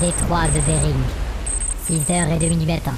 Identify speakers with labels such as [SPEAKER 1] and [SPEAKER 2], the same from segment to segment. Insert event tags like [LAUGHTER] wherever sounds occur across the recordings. [SPEAKER 1] Détroit de Bering. 6h30 du matin.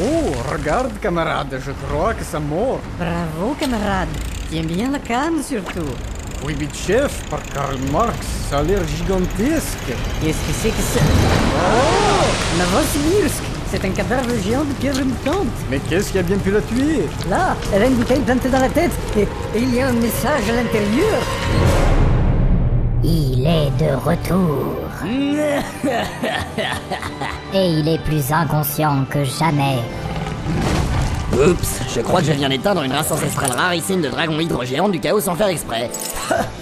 [SPEAKER 2] Oh, regarde, camarade, je crois que ça mord.
[SPEAKER 3] Bravo, camarade. Tiens bien la canne, surtout.
[SPEAKER 2] Khrushchev par Karl Marx, ça a l'air gigantesque.
[SPEAKER 3] Qu'est-ce que c'est que ça Oh Novosibirsk C'est un cadavre géant de pierre mutante.
[SPEAKER 2] Mais qu'est-ce qui a bien pu la tuer
[SPEAKER 3] Là, elle a une bouteille plantée dans la tête et, et il y a un um message à l'intérieur.
[SPEAKER 1] Il est de [LAUGHS] retour. Et il est plus inconscient que jamais.
[SPEAKER 4] Oups, je crois que je viens d'éteindre une race ancestrale rarissime de dragons hydrogéants du chaos sans faire exprès.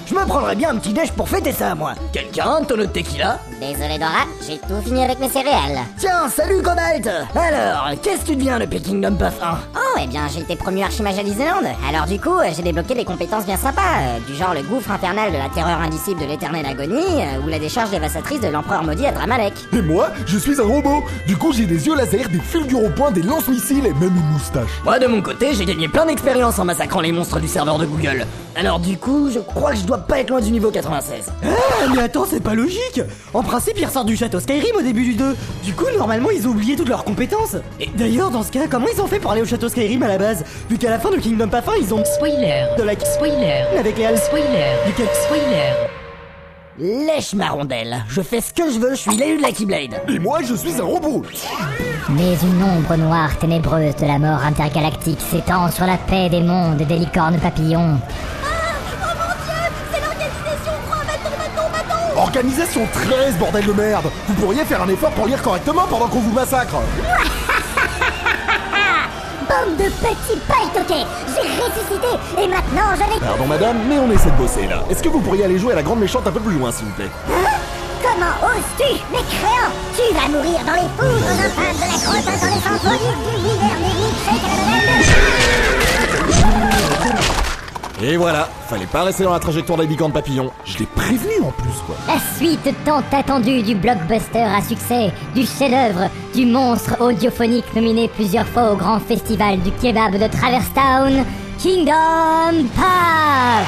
[SPEAKER 5] Je me prendrais bien un petit déj pour fêter ça, moi.
[SPEAKER 4] Quelqu'un, un tonneau de tequila
[SPEAKER 1] Désolé Dora, j'ai tout fini avec mes céréales.
[SPEAKER 5] Tiens, salut Cobalt
[SPEAKER 4] Alors, qu'est-ce que tu deviens le Peking Dump Puff 1
[SPEAKER 1] Oh, eh bien, j'ai été promu archimage à l'Islande. Alors du coup, euh, j'ai débloqué des compétences bien sympas, euh, du genre le gouffre infernal de la terreur indicible de l'éternelle agonie, euh, ou la décharge dévastatrice de l'empereur maudit à Dramalek.
[SPEAKER 6] Et moi, je suis un robot. Du coup, j'ai des yeux laser, des fulgures au point, des lance-missiles et même une moustache.
[SPEAKER 4] Moi, de mon côté, j'ai gagné plein d'expérience en massacrant les monstres du serveur de Google. Alors du coup, je crois que je dois pas être loin du niveau 96.
[SPEAKER 5] Ah, mais attends, c'est pas logique En principe, ils ressortent du château Skyrim au début du 2. Du coup, normalement, ils ont oublié toutes leurs compétences. Et d'ailleurs, dans ce cas, comment ils ont fait pour aller au château Skyrim à la base Vu qu'à la fin de Kingdom Path 1, ils ont...
[SPEAKER 7] Spoiler.
[SPEAKER 5] De la...
[SPEAKER 7] Spoiler.
[SPEAKER 5] Avec les...
[SPEAKER 7] Spoiler.
[SPEAKER 5] Duquel...
[SPEAKER 7] Spoiler.
[SPEAKER 4] Lèche ma rondelle, je fais ce que je veux, je suis l'élu de la Keyblade.
[SPEAKER 6] Et moi, je suis un robot.
[SPEAKER 1] Mais une ombre noire ténébreuse de la mort intergalactique s'étend sur la paix des mondes des licornes papillons.
[SPEAKER 6] Organisation 13, bordel de merde. Vous pourriez faire un effort pour lire correctement pendant qu'on vous massacre.
[SPEAKER 1] Bande de petits pailletokés J'ai ressuscité et maintenant je vais...
[SPEAKER 6] Pardon, madame, mais on essaie de bosser là. Est-ce que vous pourriez aller jouer à la grande méchante un peu plus loin, s'il vous plaît
[SPEAKER 1] Hein? Comment oses-tu, mécréant Tu vas mourir dans les foudres infâmes de la grotte hein, adolescente du l'univers des milkshakes à la banane
[SPEAKER 6] Et voilà, fallait pas rester dans la trajectoire des bicornes papillons. Je l'ai prévenu en plus, quoi.
[SPEAKER 1] La suite tant attendue du blockbuster à succès, du chef-d'œuvre, du monstre audiophonique nominé plusieurs fois au grand festival du kebab de Traverse Town, Kingdom Path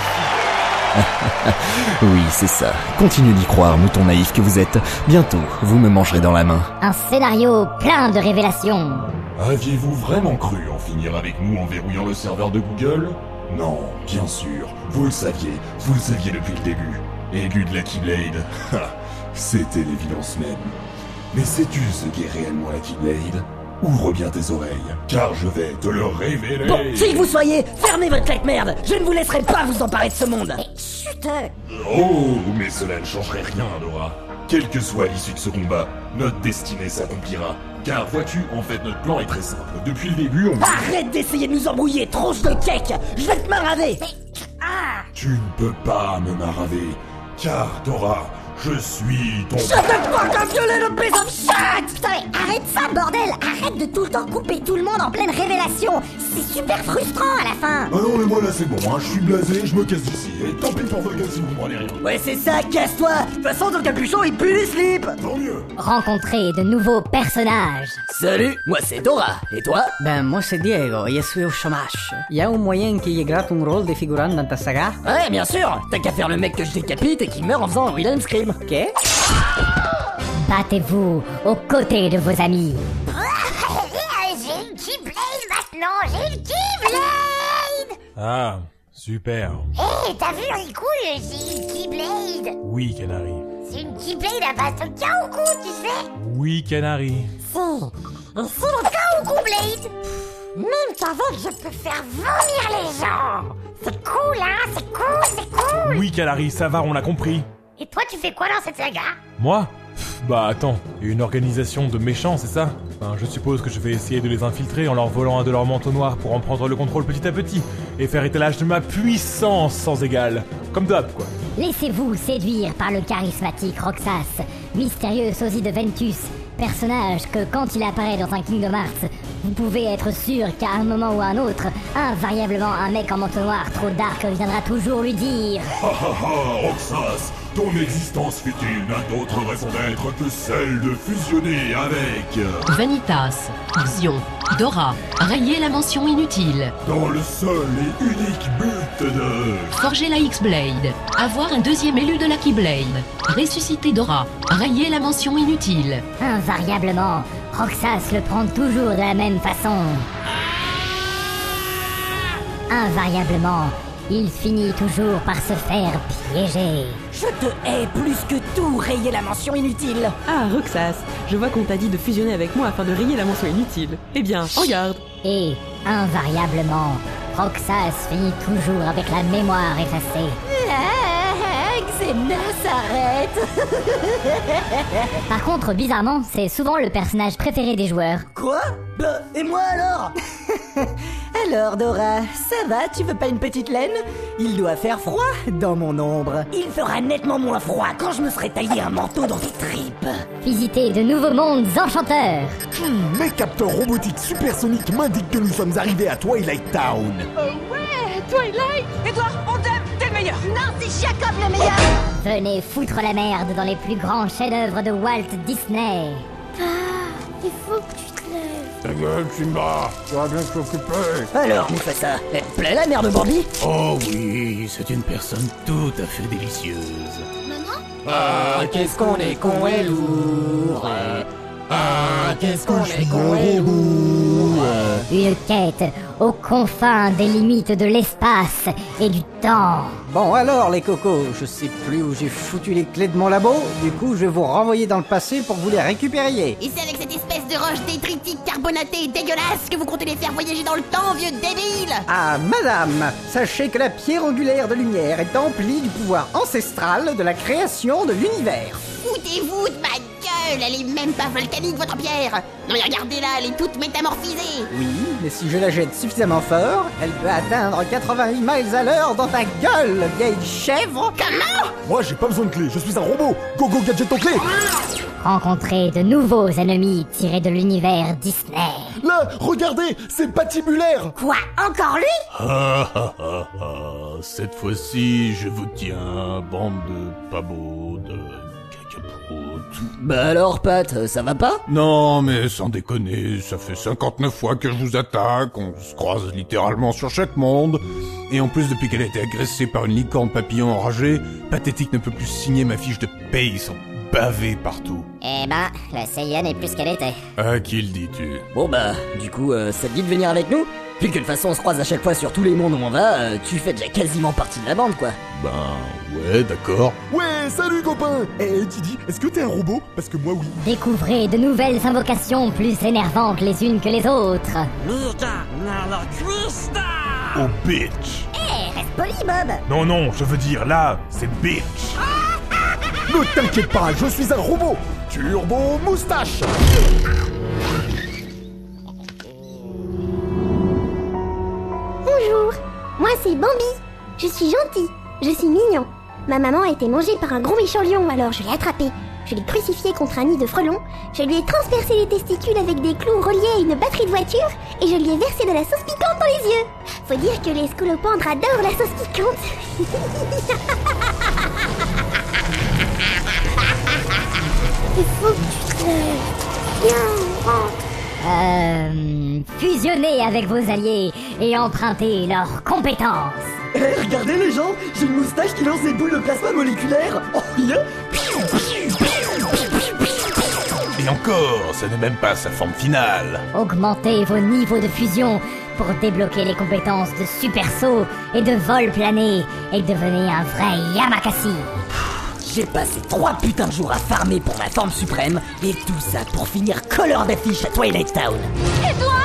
[SPEAKER 8] Oui, c'est ça. Continuez d'y croire, mouton naïf que vous êtes. Bientôt, vous me mangerez dans la main.
[SPEAKER 1] Un scénario plein de révélations.
[SPEAKER 9] Aviez-vous vraiment cru en finir avec nous en verrouillant le serveur de Google Non, bien sûr, vous le saviez, vous le saviez depuis le début. Aigu de la Keyblade, [LAUGHS] ha, c'était l'évidence même. Mais sais-tu ce qu'est réellement la Keyblade Ouvre bien tes oreilles, car je vais te le révéler
[SPEAKER 4] Bon, qui que vous soyez, fermez votre claque merde Je ne vous laisserai pas vous emparer de ce monde
[SPEAKER 1] Chut
[SPEAKER 9] Oh, mais cela ne changerait rien, Nora. Quelle que soit l'issue de ce combat, notre destinée s'accomplira. Car vois-tu, en fait, notre plan est très simple. Depuis le début, on...
[SPEAKER 4] Arrête d'essayer de nous embrouiller, tronche de cake Je vais te maraver
[SPEAKER 9] Tu ne peux pas me maraver, car Nora, je suis ton...
[SPEAKER 4] Je ne pas qu'un violer le piece of shit
[SPEAKER 1] Ah, Putain, mais arrête ça, bordel Arrête de tout le temps couper tout le monde en pleine révélation C'est super frustrant à la fin
[SPEAKER 9] Ah non, mais moi là c'est bon, hein, je suis blasé, je me casse d'ici. Et tant pis pour vos gars si vous comprenez rien.
[SPEAKER 5] Ouais, c'est ça, casse-toi De toute façon, ton capuchon, il pue les slips
[SPEAKER 9] Tant mieux
[SPEAKER 1] Rencontrer de nouveaux personnages
[SPEAKER 4] Salut, moi c'est Dora, et toi
[SPEAKER 3] Ben, moi c'est Diego et je suis au chômage. Y a un um moyen qu'il y gratte un rôle um de figurant dans ta saga
[SPEAKER 4] Ouais, bien sûr T'as qu'à faire le mec que je décapite et qui meurt en faisant un Wilhelm Scream.
[SPEAKER 3] Ok.
[SPEAKER 1] Battez-vous aux côtés de vos amis
[SPEAKER 10] j'ai une Keyblade maintenant, j'ai une Keyblade
[SPEAKER 11] Ah, super.
[SPEAKER 10] Hé, t'as vu, il cool, j'ai une Keyblade
[SPEAKER 11] Oui, Canary.
[SPEAKER 10] C'est une Keyblade à base de Kaoku, tu sais
[SPEAKER 11] Oui, Canary.
[SPEAKER 10] Si, c'est le Kaoku Blade Même qu'avec, je peux faire vomir les gens C'est cool, hein, c'est cool, c'est cool
[SPEAKER 11] Oui, Canary, ça va, on l'a compris.
[SPEAKER 10] Et toi, tu fais quoi dans cette saga
[SPEAKER 11] Moi Pff, Bah attends, une organisation de méchants, c'est ça Enfin, Je suppose que je vais essayer de les infiltrer en leur volant un de leurs manteaux noirs pour en prendre le contrôle petit à petit et faire étalage de ma puissance sans égale. Comme d'hab, quoi.
[SPEAKER 1] Laissez-vous séduire par le charismatique Roxas, mystérieux sosie de Ventus, personnage que quand il apparaît dans un Kingdom Hearts, vous pouvez être sûr qu'à un moment ou à un autre, invariablement un mec en manteau noir trop dark viendra toujours lui dire
[SPEAKER 9] Ha ha ha, Roxas
[SPEAKER 12] Ton existence futile n'a d'autre raison d'être que celle de fusionner avec...
[SPEAKER 3] Vanitas, Xion, Dora, rayer la mention inutile.
[SPEAKER 12] Dans le seul et unique but de...
[SPEAKER 3] Forger la X-Blade, avoir un deuxième élu de la Keyblade. Ressusciter Dora, rayer la mention inutile.
[SPEAKER 1] Invariablement, Roxas le prend toujours de la même façon. Invariablement, il finit toujours par se faire piéger.
[SPEAKER 13] Je te hais plus que tout, rayer la mention inutile.
[SPEAKER 14] Ah, Roxas, je vois qu'on t'a dit de fusionner avec moi afin de rayer la mention inutile. Eh bien, regarde.
[SPEAKER 1] Et, invariablement, Roxas finit toujours avec la mémoire effacée.
[SPEAKER 13] Xena s'arrête.
[SPEAKER 1] [LAUGHS] Par contre, bizarrement, c'est souvent le personnage préféré des joueurs.
[SPEAKER 2] Quoi Bah, et moi alors [LAUGHS] Alors, Dora, ça va Tu veux pas une petite laine Il doit faire froid dans mon ombre.
[SPEAKER 13] Il fera nettement moins froid quand je me serai taillé un manteau dans tes tripes.
[SPEAKER 1] Visiter de nouveaux mondes enchanteurs.
[SPEAKER 6] Hmm, mes capteurs robotiques supersoniques m'indiquent que nous sommes arrivés à Twilight Town.
[SPEAKER 10] Oh ouais Twilight Edouard, on t'aime T'es le meilleur
[SPEAKER 13] Non, c'est Jacob le meilleur
[SPEAKER 1] Venez foutre la merde dans les plus grands chefs-d'œuvre de Walt Disney.
[SPEAKER 10] Ah, il faut que tu te lèves.
[SPEAKER 15] Ta gueule, Simba, tu vas bien t'occuper.
[SPEAKER 4] Alors, Mufasa, elle te plaît la mère de Bambi
[SPEAKER 9] Oh oui, c'est une personne tout à fait délicieuse.
[SPEAKER 10] Maman
[SPEAKER 9] Ah, qu'est-ce qu'on est con et lourd Euh, Ah, qu'est-ce qu'on est con et lourd
[SPEAKER 1] Une quête aux confins des limites de l'espace et du temps.
[SPEAKER 2] Bon alors les cocos, je sais plus où j'ai foutu les clés de mon labo, du coup je vais vous renvoyer dans le passé pour que vous les récupériez.
[SPEAKER 13] Et c'est avec cette espèce de roche détritique carbonatée et dégueulasse que vous comptez les faire voyager dans le temps, vieux débile
[SPEAKER 2] Ah madame, sachez que la pierre angulaire de lumière est emplie du pouvoir ancestral de la création de l'univers.
[SPEAKER 13] Foutez-vous de ma gueule, elle est même pas volcanique votre pierre Non mais regardez-la, elle est toute métamorphisée
[SPEAKER 2] Oui, mais si je la jette suffisamment fort, elle peut atteindre 88 miles à l'heure dans ta gueule, vieille chèvre
[SPEAKER 13] Comment
[SPEAKER 6] Moi j'ai pas besoin de clé, je suis un robot Go go gadget ton clé
[SPEAKER 1] Rencontrer de nouveaux ennemis tirés de l'univers Disney.
[SPEAKER 6] Là, regardez, c'est patibulaire
[SPEAKER 13] Quoi Encore lui
[SPEAKER 9] Ah, ah, ah, ah, [LAUGHS] cette fois-ci, je vous tiens, bande de pabots, de cacaproutes.
[SPEAKER 4] Bah alors, Pat, ça va pas
[SPEAKER 9] Non, mais sans déconner, ça fait 59 fois que je vous attaque, on se croise littéralement sur chaque monde. Et en plus, depuis qu'elle a été agressée par une licorne papillon enragée, Pathétique ne peut plus signer ma fiche de paye, ils sont bavés partout.
[SPEAKER 1] Eh ben, la Saiyan est plus qu'elle était.
[SPEAKER 9] À qui le dis-tu
[SPEAKER 4] Bon bah, du coup, euh, ça te dit de venir avec nous Vu que de toute façon on se croise à chaque fois sur tous les mondes où on va, euh, tu fais déjà quasiment partie de la bande quoi.
[SPEAKER 9] Ben, ouais, d'accord.
[SPEAKER 6] Ouais, salut copain Eh Didi, est-ce que t'es un robot Parce que moi oui.
[SPEAKER 1] Découvrez de nouvelles invocations plus énervantes les unes que les autres.
[SPEAKER 9] Oh bitch
[SPEAKER 13] Eh, reste poli Bob
[SPEAKER 11] Non, non, je veux dire là, c'est bitch
[SPEAKER 6] Ne t'inquiète pas, je suis un robot Turbo moustache
[SPEAKER 10] Bonjour, moi c'est Bambi. Je suis gentil, je suis mignon. Ma maman a été mangée par un gros méchant lion, alors je l'ai attrapé. Je l'ai crucifié contre un nid de frelons, je lui ai transpercé les testicules avec des clous reliés à une batterie de voiture et je lui ai versé de la sauce piquante dans les yeux. Faut dire que les scolopendres adorent la sauce [LAUGHS] piquante. Il faut que tu te lèves. Viens, rentre.
[SPEAKER 1] Euh, fusionnez avec vos alliés et empruntez leurs compétences.
[SPEAKER 5] Eh, regardez les gens, j'ai une moustache qui lance des boules de plasma moléculaire. Oh yeah
[SPEAKER 9] Et encore, ce n'est même pas sa forme finale.
[SPEAKER 1] Augmentez vos niveaux de fusion pour débloquer les compétences de super saut et de vol plané et devenez un vrai Yamakasi.
[SPEAKER 4] J'ai passé trois putains de jours à farmer pour ma forme suprême, et tout ça pour finir color d'affiche à Twilight Town.
[SPEAKER 10] Edouard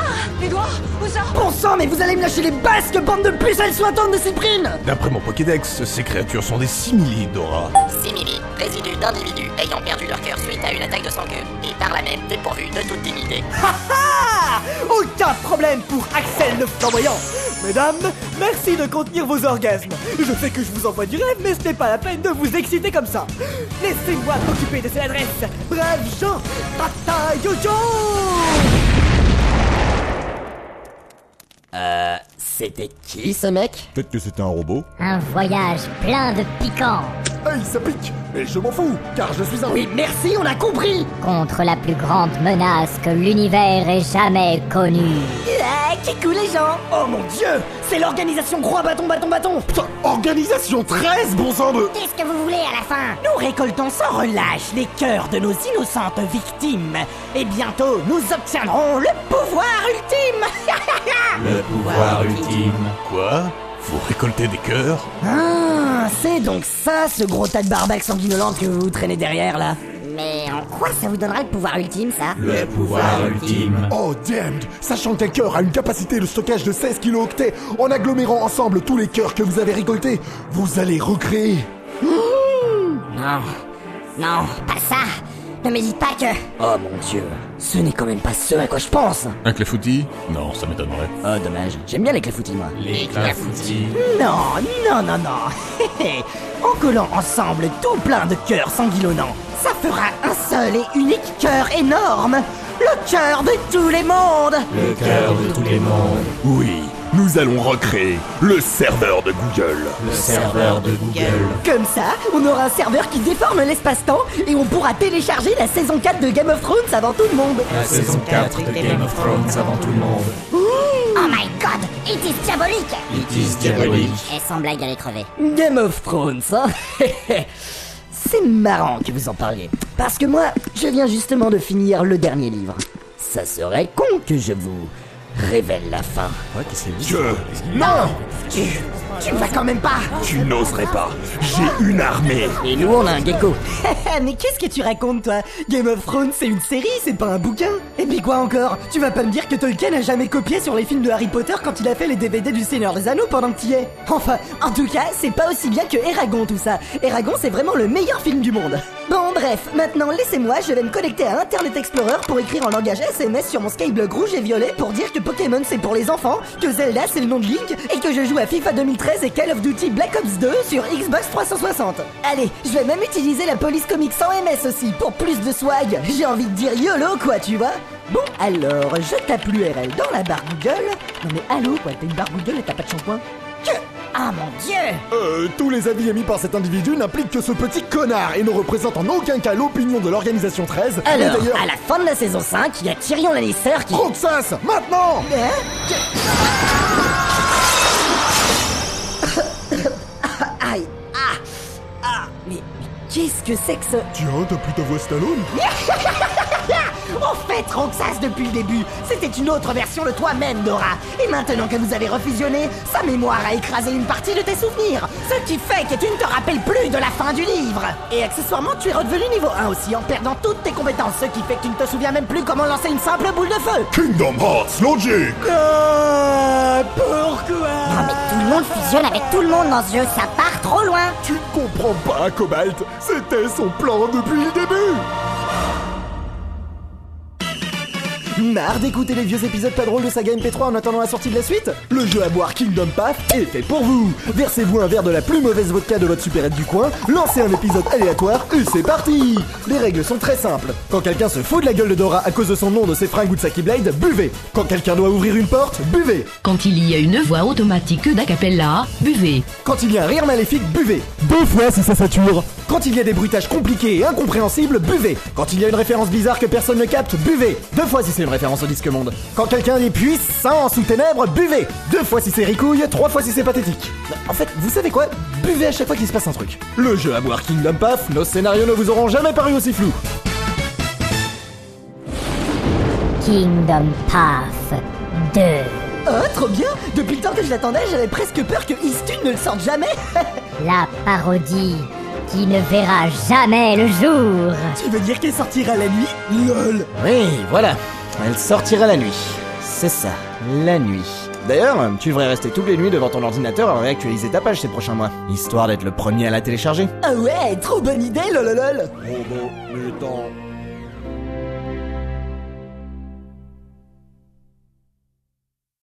[SPEAKER 10] Edouard, où ça
[SPEAKER 5] Bon sang, mais vous allez me lâcher les basques, bande de pucelles sointantes de Cyprine
[SPEAKER 9] D'après mon Pokédex, ces créatures sont des simili, Dora.
[SPEAKER 16] Simili, résidus d'individus ayant perdu leur cœur suite à une attaque de sang-queue, et par la même dépourvus de toute dignité.
[SPEAKER 5] Ha ha Ah, Aucun problème pour Axel le flamboyant Mesdames, merci de contenir vos orgasmes. Je sais que je vous envoie du rêve, mais ce n'est pas la peine de vous exciter comme ça. Laissez-moi m'occuper de cette adresse. Brave Jean, Tata Jojo
[SPEAKER 4] Euh, c'était qui ce mec
[SPEAKER 12] Peut-être que c'était un robot
[SPEAKER 1] Un voyage plein de piquants.
[SPEAKER 6] Aïe, ça pique Mais je m'en fous, car je suis un...
[SPEAKER 1] Oui, merci, on a compris Contre la plus grande menace que l'univers ait jamais connue.
[SPEAKER 17] Eh,
[SPEAKER 18] qui coule les gens Oh mon dieu C'est l'organisation Croix Bâton Bâton Bâton
[SPEAKER 6] Putain, organisation 13, bon sang de...
[SPEAKER 17] Qu'est-ce que vous voulez à la fin
[SPEAKER 4] Nous récoltons sans relâche les cœurs de nos innocentes victimes. Et bientôt, nous obtiendrons le pouvoir ultime [LAUGHS]
[SPEAKER 9] Le pouvoir ultime. Quoi Vous récoltez des cœurs
[SPEAKER 18] Ah, c'est donc ça ce gros tas de barbaques sanguinolentes que vous traînez derrière là
[SPEAKER 17] Mais en quoi ça vous donnera le pouvoir ultime, ça
[SPEAKER 9] Le pouvoir ultime.
[SPEAKER 6] Oh damned Sachant qu'un cœur a une capacité de stockage de 16 kilooctets, en agglomérant ensemble tous les cœurs que vous avez récoltés, vous allez recréer...
[SPEAKER 18] Non,
[SPEAKER 17] Non, pas ça Ne me dites pas que...
[SPEAKER 18] Oh mon dieu, ce n'est quand même pas ce à quoi je pense
[SPEAKER 19] Un clafoutis Non, ça m'étonnerait.
[SPEAKER 18] Oh dommage, j'aime bien les clafoutis moi.
[SPEAKER 9] Les clafoutis.
[SPEAKER 4] Non, non, non, non [LAUGHS] En collant ensemble tout plein de cœurs sanguillonnants, ça fera un seul et unique cœur énorme Le cœur de tous les mondes
[SPEAKER 9] Le cœur de tous les mondes.
[SPEAKER 19] Oui, nous allons recréer le serveur de Google.
[SPEAKER 9] Le serveur de Google.
[SPEAKER 4] Comme ça, on aura un serveur qui déforme l'espace-temps et on pourra télécharger la saison 4 de Game of Thrones avant tout le monde
[SPEAKER 9] La saison 4 de Game of Thrones avant tout le monde.
[SPEAKER 17] Oh my god It is diabolique
[SPEAKER 9] It is diabolique.
[SPEAKER 17] Et sans blague, elle est crevée.
[SPEAKER 18] Game of Thrones, hein [LAUGHS] C'est marrant que vous en parliez. Parce que moi, je viens justement de finir le dernier livre. Ça serait con que je vous révèle la fin.
[SPEAKER 2] Ouais, qu'est-ce que
[SPEAKER 19] Je...
[SPEAKER 18] Non
[SPEAKER 17] Tu... Tu vas quand même pas
[SPEAKER 19] Tu n'oserais pas. J'ai une armée.
[SPEAKER 18] Et nous, on a un gecko.
[SPEAKER 4] [LAUGHS] Mais qu'est-ce que tu racontes, toi Game of Thrones, c'est une série, c'est pas un bouquin Et puis quoi encore Tu vas pas me dire que Tolkien a jamais copié sur les films de Harry Potter quand il a fait les DVD du Seigneur des Anneaux pendant que t'y es Enfin, en tout cas, c'est pas aussi bien que Eragon, tout ça. Eragon, c'est vraiment le meilleur film du monde. Bon, bref, maintenant, laissez-moi, je vais me connecter à Internet Explorer pour écrire en langage SMS sur mon Skyblog rouge et violet pour dire que Pokémon, c'est pour les enfants, que Zelda, c'est le nom de Link, et que je joue à FIFA 2013 et Call of Duty Black Ops 2 sur Xbox 360. Allez, je vais même utiliser la police comique sans MS aussi pour plus de swag. J'ai envie de dire YOLO quoi, tu vois Bon, alors, je tape l'URL dans la barre Google. Non mais allô quoi, t'as une barre Google et t'as pas de shampoing
[SPEAKER 17] Que... Ah mon dieu
[SPEAKER 6] Euh, tous les avis émis par cet individu n'impliquent que ce petit connard et ne représentent en aucun cas l'opinion de l'organisation 13. et
[SPEAKER 18] Alors,
[SPEAKER 6] d'ailleurs...
[SPEAKER 18] à la fin de la saison 5, il y a Tyrion Lannister qui...
[SPEAKER 6] Roxas, maintenant
[SPEAKER 4] Hein
[SPEAKER 18] Aïe Ah Ah Mais, mais qu'est-ce que c'est que ce...
[SPEAKER 6] Tiens, t'as plus ta voix Stallone
[SPEAKER 4] [LAUGHS] En fait, Roxas, depuis le début, c'était une autre version de toi-même, Dora. Et maintenant que vous avez refusionné, sa mémoire a écrasé une partie de tes souvenirs. Ce qui fait que tu ne te rappelles plus de la fin du livre. Et accessoirement, tu es redevenu niveau 1 aussi, en perdant toutes tes compétences. Ce qui fait que tu ne te souviens même plus comment lancer une simple boule de feu.
[SPEAKER 19] Kingdom Hearts Logic
[SPEAKER 18] Euh,
[SPEAKER 4] pourquoi
[SPEAKER 6] Ah,
[SPEAKER 17] Non mais tout le monde fusionne avec tout le monde dans ce jeu, ça part trop loin
[SPEAKER 6] Tu ne comprends pas, Cobalt C'était son plan depuis le début Marre d'écouter les vieux épisodes pas drôles de saga MP3 en attendant la sortie de la suite Le jeu à boire Kingdom Path est fait pour vous Versez-vous un verre de la plus mauvaise vodka de votre supérette du coin, lancez un épisode aléatoire et c'est parti Les règles sont très simples. Quand quelqu'un se fout de la gueule de Dora à cause de son nom, de ses fringues ou de sa Keyblade, buvez Quand quelqu'un doit ouvrir une porte, buvez
[SPEAKER 3] Quand il y a une voix automatique d'acapella, buvez.
[SPEAKER 6] Quand il y a un rire maléfique, buvez Deux fois si ça sature Quand il y a des bruitages compliqués et incompréhensibles, buvez Quand il y a une référence bizarre que personne ne capte, buvez Deux fois si c'est une référence au disque monde Quand quelqu'un est puissant sous ténèbres, buvez Deux fois si c'est ricouille, trois fois si c'est pathétique Bah, En fait, vous savez quoi Buvez à chaque fois qu'il se passe un truc Le jeu à boire Kingdom Path, nos scénarios ne vous auront jamais paru aussi flous
[SPEAKER 1] Kingdom Path 2.
[SPEAKER 4] Oh, trop bien Depuis le temps que je l'attendais, j'avais presque peur que Istune ne le sorte jamais [LAUGHS]
[SPEAKER 1] La parodie qui ne verra jamais le jour.
[SPEAKER 4] Tu veux dire qu'elle sortira la nuit LOL
[SPEAKER 2] Oui, voilà. Elle sortira la nuit. C'est ça, la nuit. D'ailleurs, tu devrais rester toutes les nuits devant ton ordinateur à réactualiser ta page ces prochains mois, histoire d'être le premier à la télécharger.
[SPEAKER 4] Ah ouais, trop bonne idée, lololol
[SPEAKER 20] Robot, mutant,